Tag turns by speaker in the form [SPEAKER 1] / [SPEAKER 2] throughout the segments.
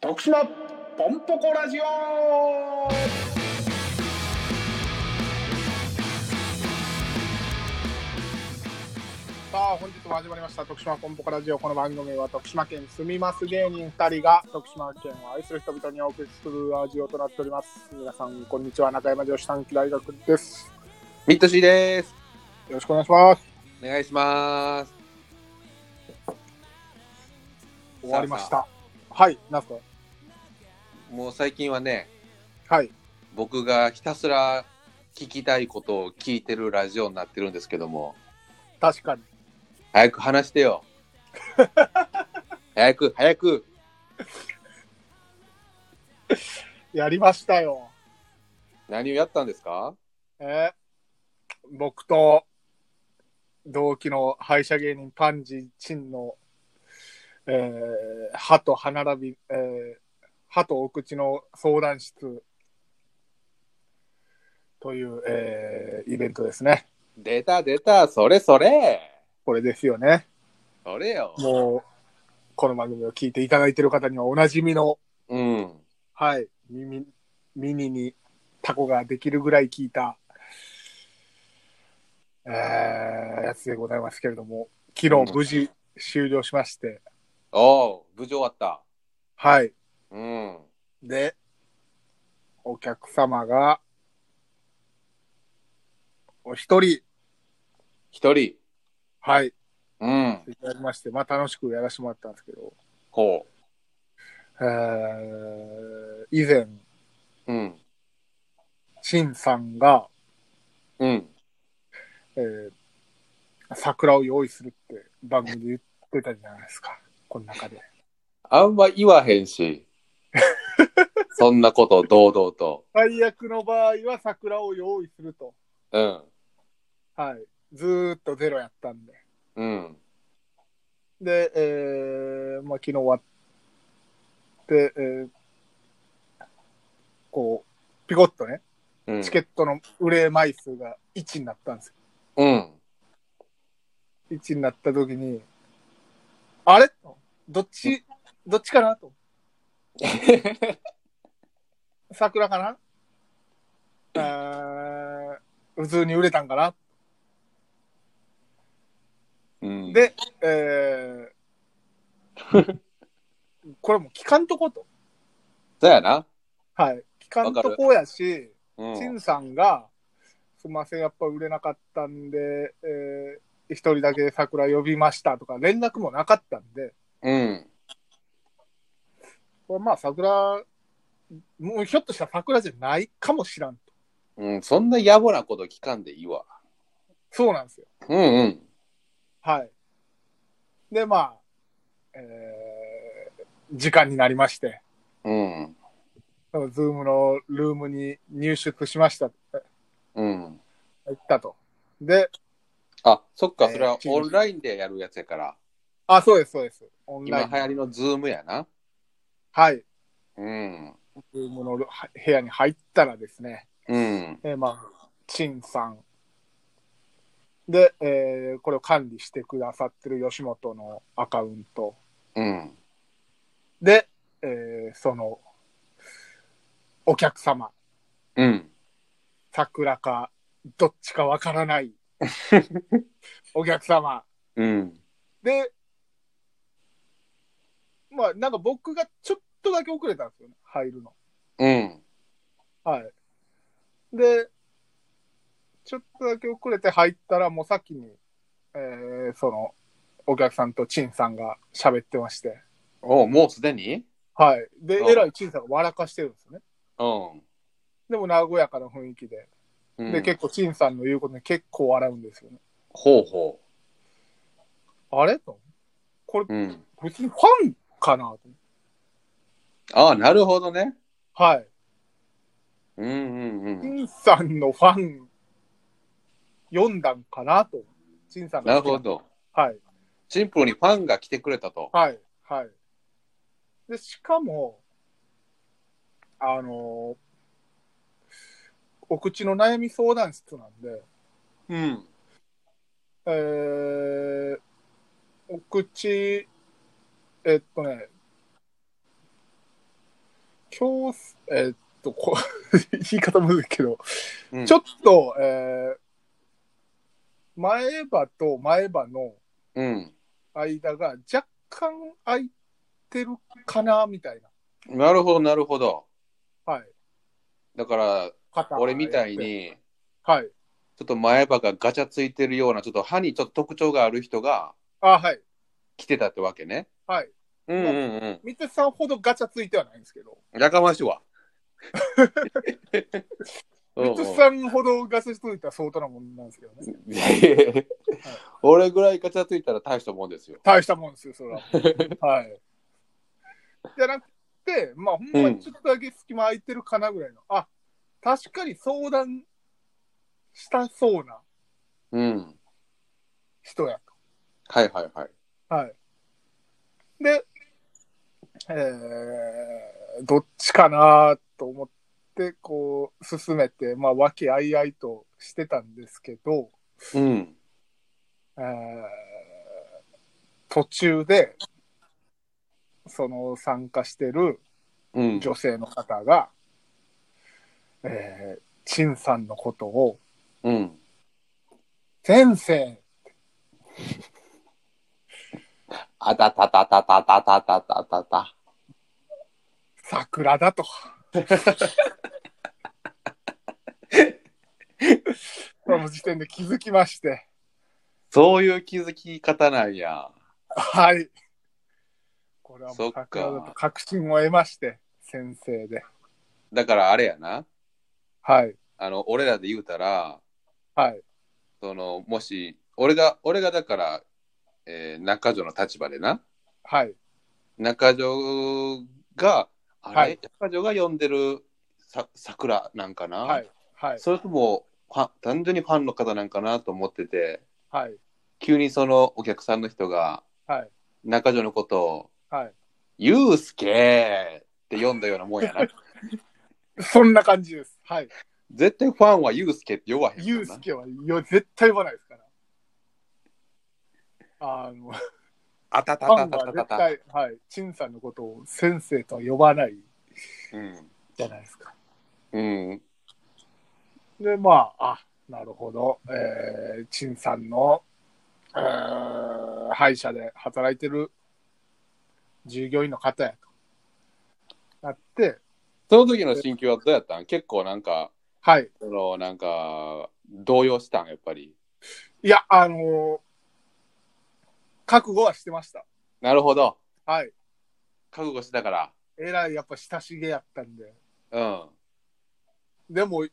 [SPEAKER 1] 徳島ポンポコラジオさあ本日も始まりました徳島ポンポコラジオこの番組は徳島県に住みます芸人2人が徳島県を愛する人々にお送りするラジオとなっております皆さんこんにちは中山女子短期大学です
[SPEAKER 2] ミッドシーです。
[SPEAKER 1] よろしくお願いします
[SPEAKER 2] お願いします。
[SPEAKER 1] 終わりまし
[SPEAKER 2] さ
[SPEAKER 1] たはいなんすか
[SPEAKER 2] もう最近はね、
[SPEAKER 1] はい
[SPEAKER 2] 僕がひたすら聞きたいことを聞いてるラジオになってるんですけども、
[SPEAKER 1] 確かに
[SPEAKER 2] 早く話して よ。早く、早く。
[SPEAKER 1] やりましたよ
[SPEAKER 2] 何をやったんですか
[SPEAKER 1] えー僕と同期の敗者芸人パンジーチンの、えー歯と歯並び、えー歯とお口の相談室という、えーイベントですね。
[SPEAKER 2] 出た、出た、それそれ。
[SPEAKER 1] これですよね。
[SPEAKER 2] それよ。
[SPEAKER 1] もう、この番組を聞いていただいている方にはおなじみの、
[SPEAKER 2] うん。
[SPEAKER 1] はい、耳、耳にタコができるぐらい聞いた、えー、やつでございますけれども、昨日無事終了しまして、
[SPEAKER 2] おう、無事終わった。
[SPEAKER 1] はい。
[SPEAKER 2] うん。
[SPEAKER 1] で、お客様が、お一人、
[SPEAKER 2] 一人。
[SPEAKER 1] はい、い
[SPEAKER 2] うん。
[SPEAKER 1] ただきまして、まあ楽しくやらせてもらったんですけど、
[SPEAKER 2] こ
[SPEAKER 1] えー、以前、
[SPEAKER 2] う。うん。
[SPEAKER 1] シンさんが、
[SPEAKER 2] うん。
[SPEAKER 1] えー桜を用意するって番組で言ってたじゃないですか、 この中で。
[SPEAKER 2] あんま言わへん し。そんなことを堂々と。
[SPEAKER 1] 最悪の場合は桜を用意すると。
[SPEAKER 2] うん。
[SPEAKER 1] はい。ずーっとゼロやったんで。
[SPEAKER 2] うん。
[SPEAKER 1] で、えー、まあ昨日終わって、えー、こう、ピコッとね、
[SPEAKER 2] うん
[SPEAKER 1] チケットの売れ枚数が1になったんですよ。
[SPEAKER 2] うん。
[SPEAKER 1] 1になった時に、あれどっち、どっちかなと。桜かなえー、普通に売れたんかな
[SPEAKER 2] うん、
[SPEAKER 1] で、えー、これもう聞かんとこと。
[SPEAKER 2] そうやな。
[SPEAKER 1] はい。聞かんとこやし、
[SPEAKER 2] うん
[SPEAKER 1] 陳さんが、すみません、やっぱ売れなかったんで、えー、一人だけ桜呼びましたとか、連絡もなかったんで、
[SPEAKER 2] うん。
[SPEAKER 1] これまあ桜、もうひょっとしたら桜じゃないかもしらんと。
[SPEAKER 2] うん。そんな野暮なこと聞かんでいいわ。
[SPEAKER 1] そうなんですよ。
[SPEAKER 2] うんうん。
[SPEAKER 1] はい。で、まあ、えー、時間になりまして、
[SPEAKER 2] うん。
[SPEAKER 1] ズームのルームに入出しました、
[SPEAKER 2] うん。
[SPEAKER 1] 行ったと。で、
[SPEAKER 2] あ、そっか、
[SPEAKER 1] えー
[SPEAKER 2] それはオンラインでやるやつやから。
[SPEAKER 1] あ、そうです、そうです。オン
[SPEAKER 2] 今
[SPEAKER 1] ライ
[SPEAKER 2] 流
[SPEAKER 1] ン。
[SPEAKER 2] 行りのズームやな。
[SPEAKER 1] はい。
[SPEAKER 2] うん。
[SPEAKER 1] ズームの部屋に入ったらですね、
[SPEAKER 2] うん。
[SPEAKER 1] えーまあ、陳さん。で、えーこれを管理してくださってる吉本のアカウント。
[SPEAKER 2] うん。
[SPEAKER 1] で、えーその、お客様、
[SPEAKER 2] うん。
[SPEAKER 1] 桜か、どっちかわからない、お客様。
[SPEAKER 2] うん。
[SPEAKER 1] で、まあ、なんか僕がちょっとだけ遅れたんですよね、入るの。
[SPEAKER 2] うん。
[SPEAKER 1] はい。で、ちょっとだけ遅れて入ったら、もう先に、えーその、お客さんと陳さんが喋ってまして。
[SPEAKER 2] おもうすでに
[SPEAKER 1] はい。で、
[SPEAKER 2] うん
[SPEAKER 1] えらい陳さんが笑かしてるんですよね。
[SPEAKER 2] うん。
[SPEAKER 1] でも、和やかな雰囲気で。
[SPEAKER 2] うん、
[SPEAKER 1] で、結構、陳さんの言うことに結構笑うんですよね。
[SPEAKER 2] ほうほ
[SPEAKER 1] あれと。こ
[SPEAKER 2] う。
[SPEAKER 1] れ、
[SPEAKER 2] うん。
[SPEAKER 1] 別にファンかなと。
[SPEAKER 2] ああ、なるほどね。
[SPEAKER 1] はい。
[SPEAKER 2] うんうんうん。
[SPEAKER 1] 陳さんのファン、読んだんかなと。陳さん
[SPEAKER 2] な
[SPEAKER 1] が
[SPEAKER 2] る
[SPEAKER 1] 好きな
[SPEAKER 2] ほど。
[SPEAKER 1] はい。
[SPEAKER 2] シンプルにファンが来てくれたと。
[SPEAKER 1] はい、はい。で、しかも、あのお口の悩み相談室なんで、
[SPEAKER 2] うん。
[SPEAKER 1] えー、お口、えっとね、強制、えーっと、こ 言い方むずいけど、
[SPEAKER 2] うん
[SPEAKER 1] ちょっと、えー前歯と前歯の
[SPEAKER 2] うん。
[SPEAKER 1] 間が若干空いてるかな、みたいな。
[SPEAKER 2] なるほど、なるほど。
[SPEAKER 1] はい。
[SPEAKER 2] だから、
[SPEAKER 1] 肩
[SPEAKER 2] 俺みたい。に、
[SPEAKER 1] はい。
[SPEAKER 2] ちょっと前歯がガチャついてるような、ちょっと歯にちょっと特徴がある人が
[SPEAKER 1] あ、はい。
[SPEAKER 2] 来てたってわけね。
[SPEAKER 1] はい。
[SPEAKER 2] うんうんうん。
[SPEAKER 1] 三手さんほどガチャついてはないんですけど、
[SPEAKER 2] やかましい わ。
[SPEAKER 1] 三手さんほどガチャついたら相当なもんなんですけどね。
[SPEAKER 2] いやいやいや 俺ぐらいガチャついたら大したもんですよ。
[SPEAKER 1] 大したもんですよ、それは。はい。じゃなくて、まあ、ほんまにちょっとだけ隙間空いてるかなぐらいの。あ、確かに相談したそうな
[SPEAKER 2] うん。
[SPEAKER 1] 人や
[SPEAKER 2] はいはいはい。
[SPEAKER 1] と。はい。で、えー、どっちかなと思って、こう、進めて、まあ、和気あいあいとしてたんですけど、
[SPEAKER 2] うん。
[SPEAKER 1] えー途中で、その参加してる
[SPEAKER 2] うん。
[SPEAKER 1] 女性の方が、えー、陳さんのことを、
[SPEAKER 2] うん。
[SPEAKER 1] 先生、
[SPEAKER 2] あたたたたたたたたたたた。
[SPEAKER 1] 桜 だと。この時点で気づきまして、
[SPEAKER 2] そういう気づき方なんや。
[SPEAKER 1] はい。これはも
[SPEAKER 2] そっ
[SPEAKER 1] う
[SPEAKER 2] か
[SPEAKER 1] 桜だと確信を得まして、先生で。
[SPEAKER 2] だからあれやな。
[SPEAKER 1] はい。
[SPEAKER 2] あの、俺らで言うたら、
[SPEAKER 1] はい。
[SPEAKER 2] その、もし、俺が、俺がだから、えー中条の立場でな。
[SPEAKER 1] はい。
[SPEAKER 2] 中条が、あれ、
[SPEAKER 1] はい
[SPEAKER 2] 中条が読んでるさ桜なんかな、
[SPEAKER 1] はい。はい。
[SPEAKER 2] それともファン単純にファンの方なんかなと思ってて、
[SPEAKER 1] はい。
[SPEAKER 2] 急にそのお客さんの人が
[SPEAKER 1] はい。
[SPEAKER 2] 中条のことを、
[SPEAKER 1] はい。
[SPEAKER 2] ゆうすけって読んだようなもんや な。
[SPEAKER 1] そんな感じです。はい。
[SPEAKER 2] 絶対ファンはゆうすけって弱へんからな
[SPEAKER 1] ユうスケはよ絶対言わないですから。あの、
[SPEAKER 2] あたた
[SPEAKER 1] ファ
[SPEAKER 2] た
[SPEAKER 1] ン
[SPEAKER 2] た
[SPEAKER 1] は
[SPEAKER 2] たた
[SPEAKER 1] 絶対、はい、陳さんのことを先生とは呼ばない
[SPEAKER 2] うん。
[SPEAKER 1] じゃないですか。
[SPEAKER 2] うん。
[SPEAKER 1] で、まあ、あ、なるほど、えー、陳さんの、えー歯医者で働いてる従業員の方やと。なって、
[SPEAKER 2] その時の心境はどうやったん結構なんか、
[SPEAKER 1] はい。
[SPEAKER 2] そのなんか、動揺したん、やっぱり。
[SPEAKER 1] いや、あのー覚悟はしてました。
[SPEAKER 2] なるほど。
[SPEAKER 1] はい。
[SPEAKER 2] 覚悟してたから。
[SPEAKER 1] えらい、やっぱ親しげやったんで。
[SPEAKER 2] うん。
[SPEAKER 1] でも、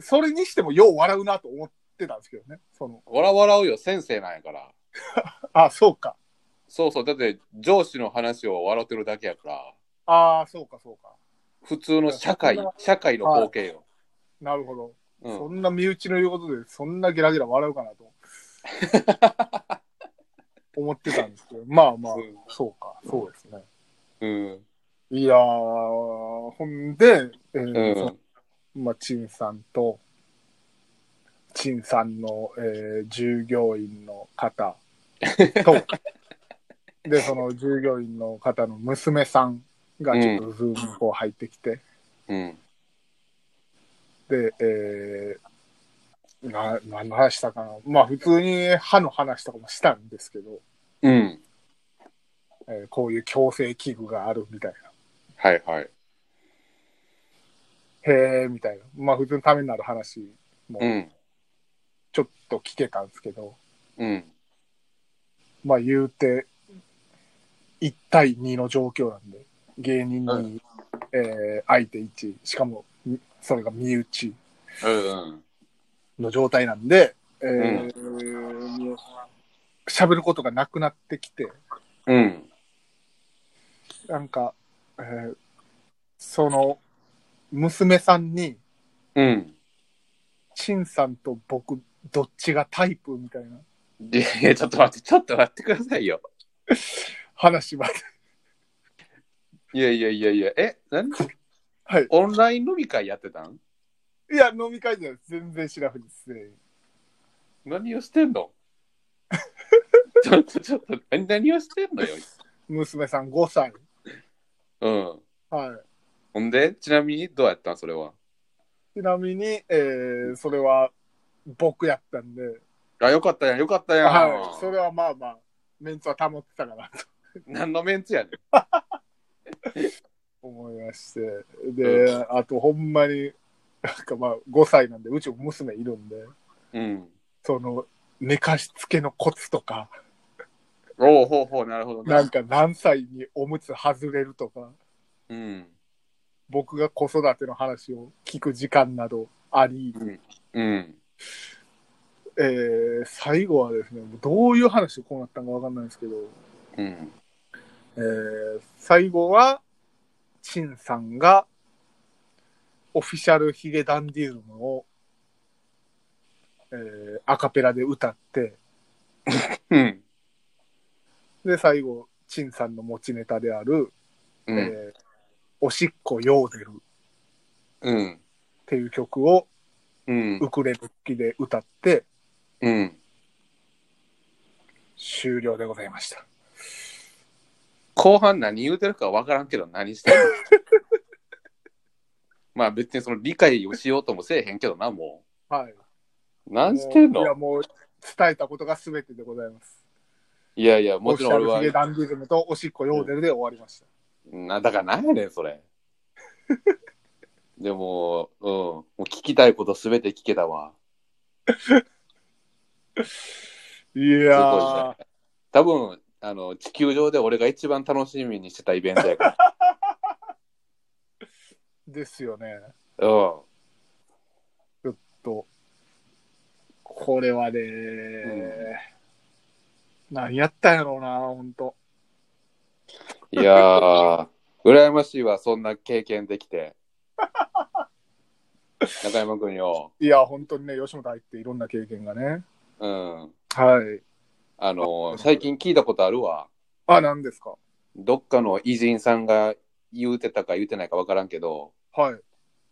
[SPEAKER 1] それにしてもよう笑うなと思ってたんですけどね。その、
[SPEAKER 2] 笑笑うよ、先生なんやから。
[SPEAKER 1] あ、そうか。
[SPEAKER 2] そうそう、だって上司の話を笑ってるだけやから、
[SPEAKER 1] ああ、そうか、そうか。
[SPEAKER 2] 普通の社会
[SPEAKER 1] いやそん、
[SPEAKER 2] 社会の光景よ。
[SPEAKER 1] なるほど。
[SPEAKER 2] うん
[SPEAKER 1] そんな身内の言うことで、そんなゲラゲラ笑うかな と。思ってたんですけど、まあまあ
[SPEAKER 2] うん、
[SPEAKER 1] そうか、そうですね。
[SPEAKER 2] うん。
[SPEAKER 1] いやー、ほんで、えー
[SPEAKER 2] う
[SPEAKER 1] そ
[SPEAKER 2] ん。
[SPEAKER 1] のまあ、陳さんと、陳さんの、えー従業員の方と、 で、その従業員の方の娘さんがちょっとズームにこう入ってきて、
[SPEAKER 2] うん。
[SPEAKER 1] で、えー、な、何の話したかな。まあ普通に歯の話とかもしたんですけど、
[SPEAKER 2] うん。
[SPEAKER 1] えーこういう矯正器具があるみたい
[SPEAKER 2] はいはい。
[SPEAKER 1] な。へえ、みたいな。まあ普通のためになる話も
[SPEAKER 2] うん。
[SPEAKER 1] ちょっと聞けたんですけど、
[SPEAKER 2] うん。
[SPEAKER 1] まあ言うて、1対2の状況なんで、芸人に、
[SPEAKER 2] う
[SPEAKER 1] えー相手1、しかも、みそれが身内
[SPEAKER 2] うん。
[SPEAKER 1] の状態なんで、え
[SPEAKER 2] う
[SPEAKER 1] ーもう喋ることがなくなってきて、
[SPEAKER 2] うん。
[SPEAKER 1] なんか、えーその、娘さんに、
[SPEAKER 2] うん。
[SPEAKER 1] 陳さんと僕、どっちがタイプみたいな
[SPEAKER 2] で、ちょっと待って、ちょっと待ってくださいよ。
[SPEAKER 1] 話まで。
[SPEAKER 2] いやいやいやいや、え、なん
[SPEAKER 1] はい。
[SPEAKER 2] オンライン飲み会やってたん
[SPEAKER 1] いや、飲み会じゃないです全然知らんふりですね。
[SPEAKER 2] 何をしてん のちょっとちょっと、何何をしてんのよ。
[SPEAKER 1] 娘さん5歳。
[SPEAKER 2] うん。
[SPEAKER 1] はい。
[SPEAKER 2] ほんで、ちなみにどうやったんそれは。
[SPEAKER 1] ちなみに、えー、それは僕やったんで、
[SPEAKER 2] あ、よかったやん、よかったやん。
[SPEAKER 1] はい、それはまあまあ、メンツは保ってたかなと
[SPEAKER 2] 何のメンツやねん。
[SPEAKER 1] 思いまして、で、あとほんまに、なんかまあ5歳なんで、うちも娘いるんで、
[SPEAKER 2] うん。
[SPEAKER 1] その、寝かしつけのコツとか、
[SPEAKER 2] おおほうほう、なるほどね
[SPEAKER 1] なんか何歳におむつ外れるとか、
[SPEAKER 2] うん。
[SPEAKER 1] 僕が子育ての話を聞く時間などあり、
[SPEAKER 2] うん。
[SPEAKER 1] えー最後はですね、どういう話でこうなったのかわかんないんですけど、
[SPEAKER 2] うん。
[SPEAKER 1] えー最後は、陳さんが、オフィシャルヒゲダンディズムを、えーアカペラで歌って、
[SPEAKER 2] うん。
[SPEAKER 1] で、最後、陳さんの持ちネタである、
[SPEAKER 2] う
[SPEAKER 1] え
[SPEAKER 2] ん。
[SPEAKER 1] ーおしっこヨーデルっ
[SPEAKER 2] うん。
[SPEAKER 1] ていう曲を
[SPEAKER 2] うん
[SPEAKER 1] ウ。クレレ機で歌って、
[SPEAKER 2] うん。
[SPEAKER 1] 終了でございました。
[SPEAKER 2] 後半何言うてるかわからんけど、何 してんのまあ別にその理解をしようともせえへんけどな、も
[SPEAKER 1] はい。
[SPEAKER 2] う。何してん
[SPEAKER 1] も
[SPEAKER 2] の
[SPEAKER 1] ういや、もう、伝えたことが全てでございます。
[SPEAKER 2] いやいや、もちろん
[SPEAKER 1] オフィシャルヒ
[SPEAKER 2] 俺
[SPEAKER 1] ゲ
[SPEAKER 2] は。
[SPEAKER 1] ダンディズムとおしっこヨーデルで終わりました。
[SPEAKER 2] なだから何やねん、それ。 でも、うん。もう聞きたいことすべて聞けたわ。
[SPEAKER 1] いやー。
[SPEAKER 2] 多分あの地球上で俺が一番楽しみにしてたイベントやか
[SPEAKER 1] ですよね。
[SPEAKER 2] ら。 うん。
[SPEAKER 1] と。これはね、何やったんやろうな、ほんと。
[SPEAKER 2] いやー、羨ましいわ、そんな経験できて。 中山君よ、
[SPEAKER 1] いや、本当にね、吉本入っていろんな経験がね。
[SPEAKER 2] うん、
[SPEAKER 1] はい。
[SPEAKER 2] あのー最近聞いたことあるわ。
[SPEAKER 1] あ、何ですか
[SPEAKER 2] どっかの偉人さんが言うてたか言うてないか分からんけど、
[SPEAKER 1] はい。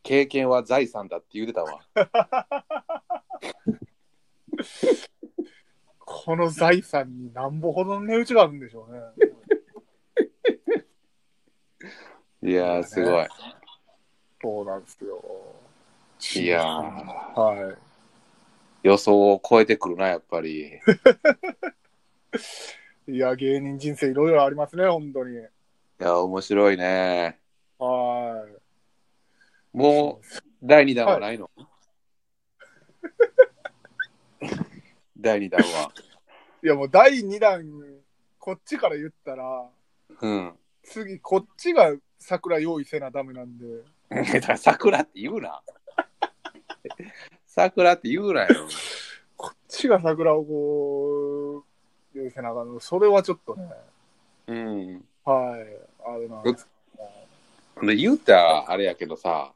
[SPEAKER 2] 経験は財産だって言うてたわ。
[SPEAKER 1] この財産になんぼほどの値打ちがあるんでしょうね。
[SPEAKER 2] いやー、すごい。
[SPEAKER 1] そうなんですよ。
[SPEAKER 2] いやー、
[SPEAKER 1] は
[SPEAKER 2] 予想を超えてくるな、やっぱ り。
[SPEAKER 1] い。いや、芸人人生いろいろありますね、本当に。
[SPEAKER 2] いや、面白いね。
[SPEAKER 1] はい。
[SPEAKER 2] もう、第2弾はないの、 第2弾は。
[SPEAKER 1] いや、もう第2弾、こっちから言ったら、
[SPEAKER 2] うん。
[SPEAKER 1] 次、こっちが桜用意せなダメなんで。
[SPEAKER 2] だから桜って言うな。桜って言うなよ。
[SPEAKER 1] こっちが桜をこう、許せなあかんのそれはちょっとね、
[SPEAKER 2] うん。
[SPEAKER 1] はい、あれなんです。
[SPEAKER 2] で言うたらあれやけどさ、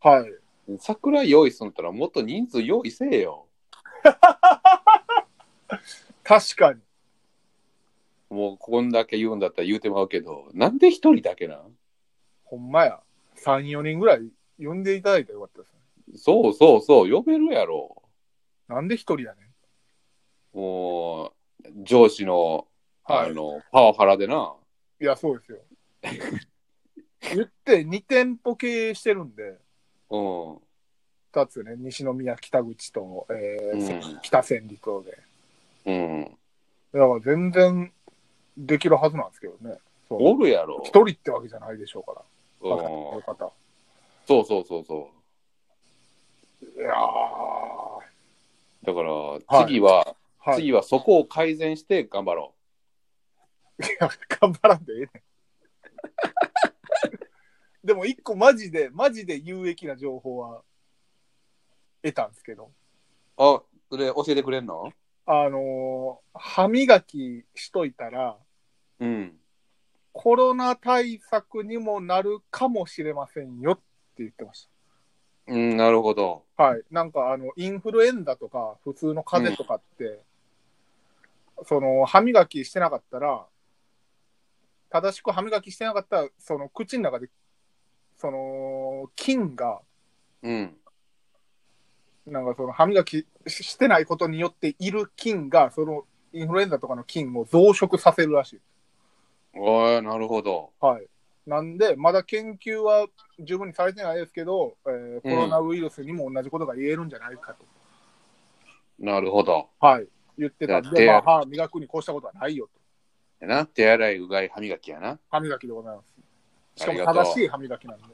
[SPEAKER 1] はい。
[SPEAKER 2] 桜用意すんったらもっと人数用意せえよ。
[SPEAKER 1] 確かに。
[SPEAKER 2] もうこんだけ言うんだったら言うてまうけど、なんで一人だけなん
[SPEAKER 1] ほんまや。3、4人ぐらい呼んでいただいたらよかったですね。
[SPEAKER 2] そうそうそう、呼べるやろ。
[SPEAKER 1] なんで一人やね
[SPEAKER 2] もう、上司の、
[SPEAKER 1] ん。は
[SPEAKER 2] あ
[SPEAKER 1] い。
[SPEAKER 2] の、パワハラでな。
[SPEAKER 1] いや、そうですよ。 言って、2店舗経営してるんで、
[SPEAKER 2] うん。
[SPEAKER 1] 2つね、西宮、北口と、えー
[SPEAKER 2] うん
[SPEAKER 1] 北千里とで。
[SPEAKER 2] うん。
[SPEAKER 1] だから全然できるはずなんですけどね。そう。
[SPEAKER 2] おるやろ
[SPEAKER 1] 一。人ってわけじゃないでしょうから。
[SPEAKER 2] う
[SPEAKER 1] 若
[SPEAKER 2] ん
[SPEAKER 1] い。方。
[SPEAKER 2] そうそうそうそう。
[SPEAKER 1] いやー
[SPEAKER 2] だから、次は、
[SPEAKER 1] はい。
[SPEAKER 2] 次はそこを改善して頑張ろ
[SPEAKER 1] いや頑張らんでええねん。で も一個マジで、マジで有益な情報は得たんですけど、
[SPEAKER 2] う。あ、それ教えてくれんの
[SPEAKER 1] あのー歯磨きしといたら、
[SPEAKER 2] うん。
[SPEAKER 1] コロナ対策にもなるかもしれませんよって言ってまし
[SPEAKER 2] うん、なるほど。
[SPEAKER 1] た。はい。なんか、あの、インフルエンザとか、普通の風邪とかって、その、歯磨きしてなかったら、正しく歯磨きしてなかったら、その、口の中で、その、菌が、
[SPEAKER 2] うん。
[SPEAKER 1] なんかその歯磨きししてないことによっている菌が、そのインフルエンザとかの菌を増殖させるらしい。
[SPEAKER 2] おい、なるほど。
[SPEAKER 1] はい。なんで、まだ研究は十分にされてないですけど、えーコロナウイルスにも同じことが言えるんじゃないかと、
[SPEAKER 2] なるほど。
[SPEAKER 1] はい、言ってたんで、ま
[SPEAKER 2] や
[SPEAKER 1] あ
[SPEAKER 2] って、
[SPEAKER 1] 歯磨くに越したことはないよ
[SPEAKER 2] や
[SPEAKER 1] と、
[SPEAKER 2] な。手洗い、うがい、歯磨きやな。
[SPEAKER 1] 歯磨きでございます。しかも
[SPEAKER 2] ありが
[SPEAKER 1] 正
[SPEAKER 2] とう
[SPEAKER 1] しい歯磨きなんで、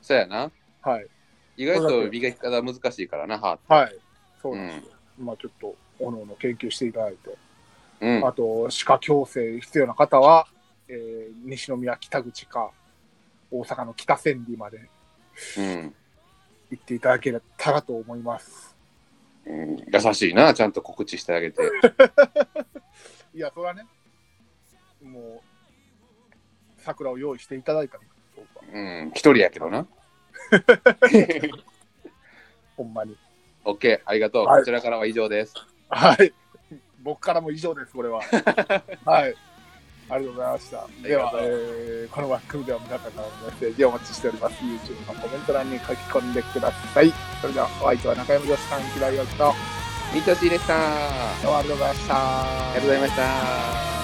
[SPEAKER 2] そうやな。
[SPEAKER 1] はい、
[SPEAKER 2] 意外と磨き方難しいからな、歯。
[SPEAKER 1] はい、そうなんですよ。まあ、ちょっと、おのおの研究していただいて、
[SPEAKER 2] うん。
[SPEAKER 1] あと、歯科矯正必要な方は、えー西宮北口か、大阪の北千里まで
[SPEAKER 2] うん。
[SPEAKER 1] 行っていただけたらと思います。
[SPEAKER 2] うん優しいな、ちゃんと告知してあげて。
[SPEAKER 1] いや、それはね、もう、桜を用意していただいたのそうか、
[SPEAKER 2] うん、一人やけど な。
[SPEAKER 1] ほんまに。
[SPEAKER 2] オッケー、ありがとう。
[SPEAKER 1] はい
[SPEAKER 2] こちらからは以上です。
[SPEAKER 1] はい。僕からも以上です、こ れは。はい。ありがとうございました。
[SPEAKER 2] り
[SPEAKER 1] で
[SPEAKER 2] が
[SPEAKER 1] は、
[SPEAKER 2] とう
[SPEAKER 1] えーこの番組では皆さんからのメッセージをお待ちしております。YouTube のコメント欄に書き込んでください。それでは、お相手は中山女子さん、平井陽樹と、
[SPEAKER 2] ミッドシーでした。あ
[SPEAKER 1] どうもありがとうございました。
[SPEAKER 2] りがとうございました。